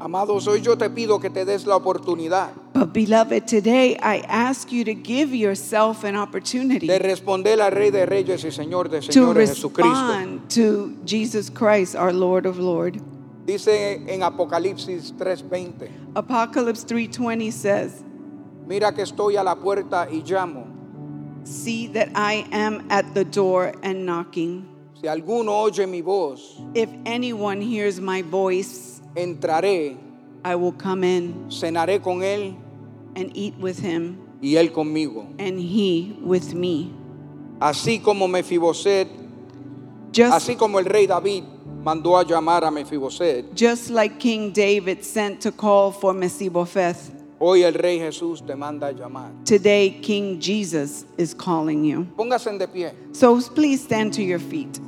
Speaker 2: Amados, hoy yo te pido que te des la oportunidad
Speaker 3: But, beloved, today I ask you to give yourself an opportunity
Speaker 2: de responder al Rey de Reyes y Señor de
Speaker 3: to
Speaker 2: Señores Jesucristo.
Speaker 3: respond to Jesus Christ, our Lord of Lord.
Speaker 2: Dice en Apocalipsis 3:20,
Speaker 3: Apocalypse 3:20 says,
Speaker 2: mira que estoy a la puerta y llamo.
Speaker 3: "See that I am at the door and knocking.
Speaker 2: Si alguno oye mi voz,
Speaker 3: If anyone hears my voice,
Speaker 2: entraré,
Speaker 3: I will come in."
Speaker 2: cenaré con él
Speaker 3: and eat with him,
Speaker 2: y él conmigo.
Speaker 3: and he with me.
Speaker 2: Así como Mefiboset,
Speaker 3: Just,
Speaker 2: así como el rey David mandó a llamar a Mefiboset,
Speaker 3: just like King David sent to call for Mephibosheth,
Speaker 2: hoy el rey Jesús te manda a llamar.
Speaker 3: today King Jesus is calling you.
Speaker 2: Póngase de pie.
Speaker 3: So please stand to your feet.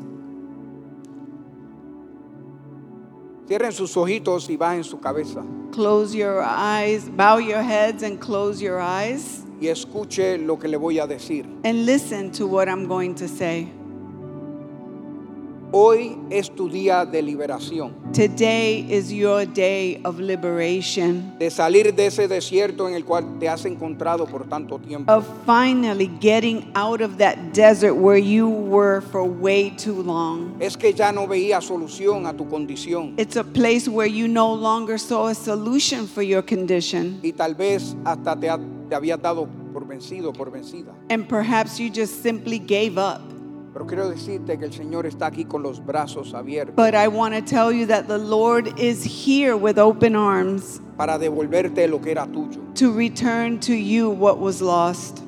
Speaker 2: Cierren sus ojitos y bajen su cabeza
Speaker 3: Close your eyes, bow your heads, and close your eyes,
Speaker 2: y escuche lo que le voy a decir.
Speaker 3: and listen to what I'm going to say.
Speaker 2: Hoy es tu día de liberación,
Speaker 3: Today is your day of liberation,
Speaker 2: de salir de ese desierto en el cual te has encontrado por tanto tiempo.
Speaker 3: of finally getting out of that desert where you were for way too long.
Speaker 2: Es que ya no veía solución a tu condición
Speaker 3: It's a place where you no longer saw a solution for your condition.
Speaker 2: y tal vez hasta te, ha- te habías dado por vencido, por vencida.
Speaker 3: And perhaps you just simply gave up.
Speaker 2: Pero quiero decirte que el Señor está aquí con los brazos abiertos
Speaker 3: But I want to tell you that the Lord is here with open arms
Speaker 2: para devolverte lo que era tuyo.
Speaker 3: to return to you what was lost.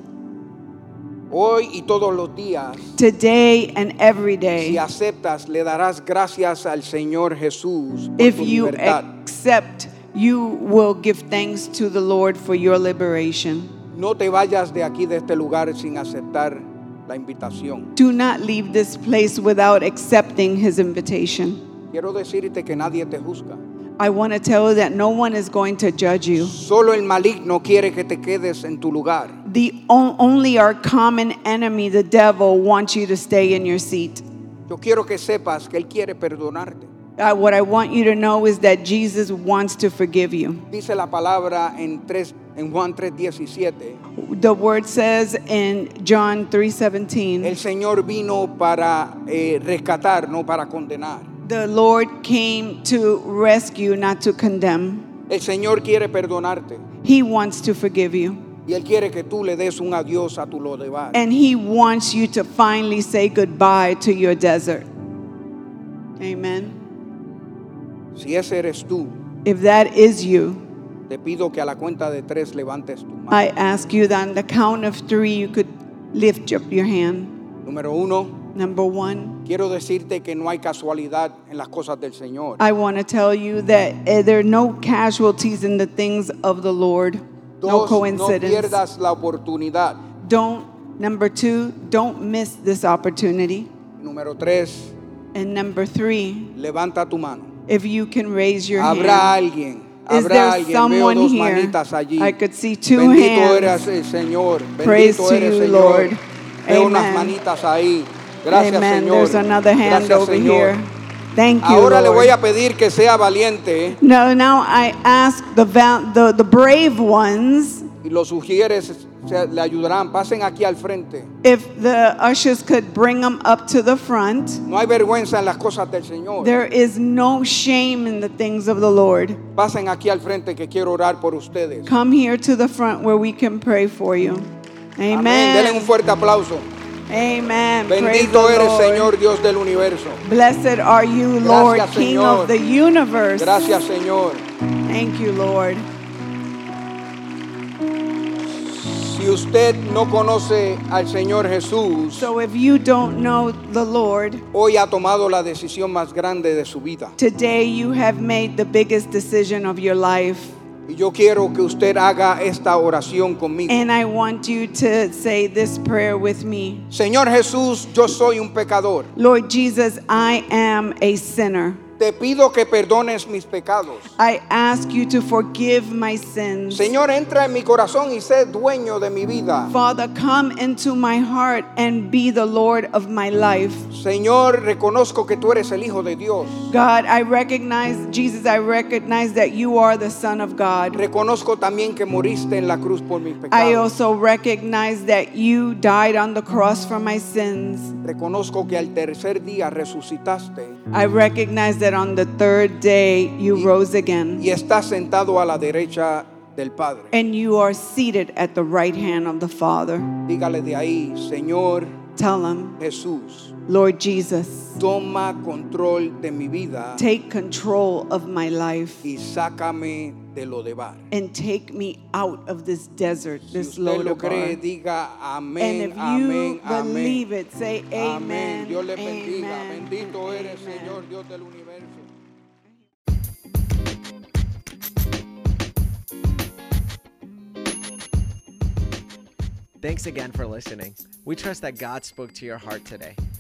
Speaker 2: Hoy y todos los días,
Speaker 3: Today and every
Speaker 2: si
Speaker 3: day,
Speaker 2: aceptas, le darás gracias al Señor Jesús por
Speaker 3: if
Speaker 2: tu
Speaker 3: you
Speaker 2: libertad.
Speaker 3: accept, you will give thanks to the Lord for your liberation.
Speaker 2: No te vayas de aquí, de este lugar, sin aceptar la invitación.
Speaker 3: Do not leave this place without accepting his invitation.
Speaker 2: Quiero decirte que nadie te juzga.
Speaker 3: I want to tell you that no one is going to judge you.
Speaker 2: Solo el maligno quiere que te quedes en tu lugar.
Speaker 3: The on- only our common enemy, the devil, wants you to stay in your seat.
Speaker 2: Yo quiero que sepas que Él quiere perdonarte.
Speaker 3: Uh, what I want you to know is that Jesus wants to forgive you.
Speaker 2: Dice la palabra en, tres, en Juan 3:17.
Speaker 3: The word says in John
Speaker 2: El
Speaker 3: 3:17,
Speaker 2: Señor vino para eh, rescatar, no para condenar.
Speaker 3: the Lord came to rescue, not to condemn.
Speaker 2: El Señor quiere perdonarte
Speaker 3: He wants to forgive you.
Speaker 2: y Él quiere que tú le des un adiós a tu lo de
Speaker 3: And he wants you to finally say goodbye to your desert. Amen.
Speaker 2: Si ese eres tú,
Speaker 3: If that is you,
Speaker 2: te pido que a la cuenta de tres levantes tu mano.
Speaker 3: I ask you that on the count of three, you could lift up your hand.
Speaker 2: Número uno,
Speaker 3: Number one.
Speaker 2: quiero decirte que no hay casualidad en las cosas del Señor.
Speaker 3: I want to tell you that eh, there are no casualties in the things of the Lord. No
Speaker 2: Dos, no
Speaker 3: coincidence.
Speaker 2: pierdas la oportunidad.
Speaker 3: don't number 2, don't miss this opportunity.
Speaker 2: Número tres,
Speaker 3: And number 3,
Speaker 2: levanta tu mano.
Speaker 3: if you can raise your
Speaker 2: Habrá
Speaker 3: hand.
Speaker 2: alguien,
Speaker 3: Is
Speaker 2: habrá
Speaker 3: there
Speaker 2: alguien. Veo
Speaker 3: someone
Speaker 2: dos
Speaker 3: here?
Speaker 2: manitas allí.
Speaker 3: I could see two
Speaker 2: Bendito eres
Speaker 3: hands.
Speaker 2: el Señor. Bendito
Speaker 3: Praise to
Speaker 2: eres
Speaker 3: you,
Speaker 2: Señor.
Speaker 3: Lord.
Speaker 2: Veo
Speaker 3: Amen.
Speaker 2: unas manitas ahí. Gracias,
Speaker 3: Amen.
Speaker 2: Señor.
Speaker 3: There's another hand
Speaker 2: Gracias,
Speaker 3: over
Speaker 2: Señor.
Speaker 3: here. Thank you.
Speaker 2: Ahora le
Speaker 3: Lord.
Speaker 2: voy a pedir que sea valiente ¿eh?
Speaker 3: No, now I ask the, val- the the brave ones
Speaker 2: y los sugieres se- le ayudarán. Pasen aquí al frente.
Speaker 3: if the ushers could bring them up to the front.
Speaker 2: No hay vergüenza en las cosas del Señor.
Speaker 3: There is no shame in the things of the Lord.
Speaker 2: Pasen aquí al frente que quiero orar por ustedes.
Speaker 3: Come here to the front where we can pray for you. Amen.
Speaker 2: Denle un fuerte aplauso.
Speaker 3: Amen. Praise the
Speaker 2: Bendito eres,
Speaker 3: Lord.
Speaker 2: Señor Dios del universo.
Speaker 3: Blessed are you, Lord,
Speaker 2: Gracias,
Speaker 3: King
Speaker 2: Señor.
Speaker 3: of the universe.
Speaker 2: Gracias, Señor.
Speaker 3: Thank you, Lord.
Speaker 2: Si usted no conoce al Señor Jesús,
Speaker 3: So if you don't know the Lord,
Speaker 2: hoy ha tomado la decisión más grande de su vida.
Speaker 3: today you have made the biggest decision of your life.
Speaker 2: Y yo quiero que usted haga esta oración conmigo.
Speaker 3: And I want you to say this prayer with me.
Speaker 2: Señor Jesús, yo soy un pecador.
Speaker 3: Lord Jesus, I am a sinner.
Speaker 2: Te pido que perdones mis pecados.
Speaker 3: I ask you to forgive my sins.
Speaker 2: Señor, entra en mi corazón y sé dueño de mi vida.
Speaker 3: Father, come into my heart and be the Lord of my life.
Speaker 2: Señor, reconozco que tú eres el Hijo de Dios.
Speaker 3: God, I recognize, Jesus, I recognize that you are the Son of God.
Speaker 2: Reconozco también que moriste en la cruz por mis
Speaker 3: I
Speaker 2: pecados.
Speaker 3: also recognize that you died on the cross for my sins.
Speaker 2: Reconozco que al tercer día resucitaste
Speaker 3: I recognize that on the third day you rose again
Speaker 2: y estás sentado a la derecha del Padre.
Speaker 3: and you are seated at the right hand of the Father.
Speaker 2: Dígale de ahí, Señor
Speaker 3: Tell him,
Speaker 2: Jesús,
Speaker 3: Lord Jesus,
Speaker 2: toma control de mi vida
Speaker 3: take control of my life
Speaker 2: y sácame de lo de bar.
Speaker 3: and take me out of this desert,
Speaker 2: Si
Speaker 3: this
Speaker 2: usted
Speaker 3: load
Speaker 2: lo
Speaker 3: of
Speaker 2: cree,
Speaker 3: bar.
Speaker 2: diga
Speaker 3: And if
Speaker 2: amén, amén,
Speaker 3: you
Speaker 2: amén.
Speaker 3: believe it, say amen.
Speaker 2: Amén. Dios le bendiga.
Speaker 3: amen,
Speaker 2: Bendito eres,
Speaker 3: amen.
Speaker 2: Señor, Dios del universo.
Speaker 1: Thanks again for listening. We trust that God spoke to your heart today.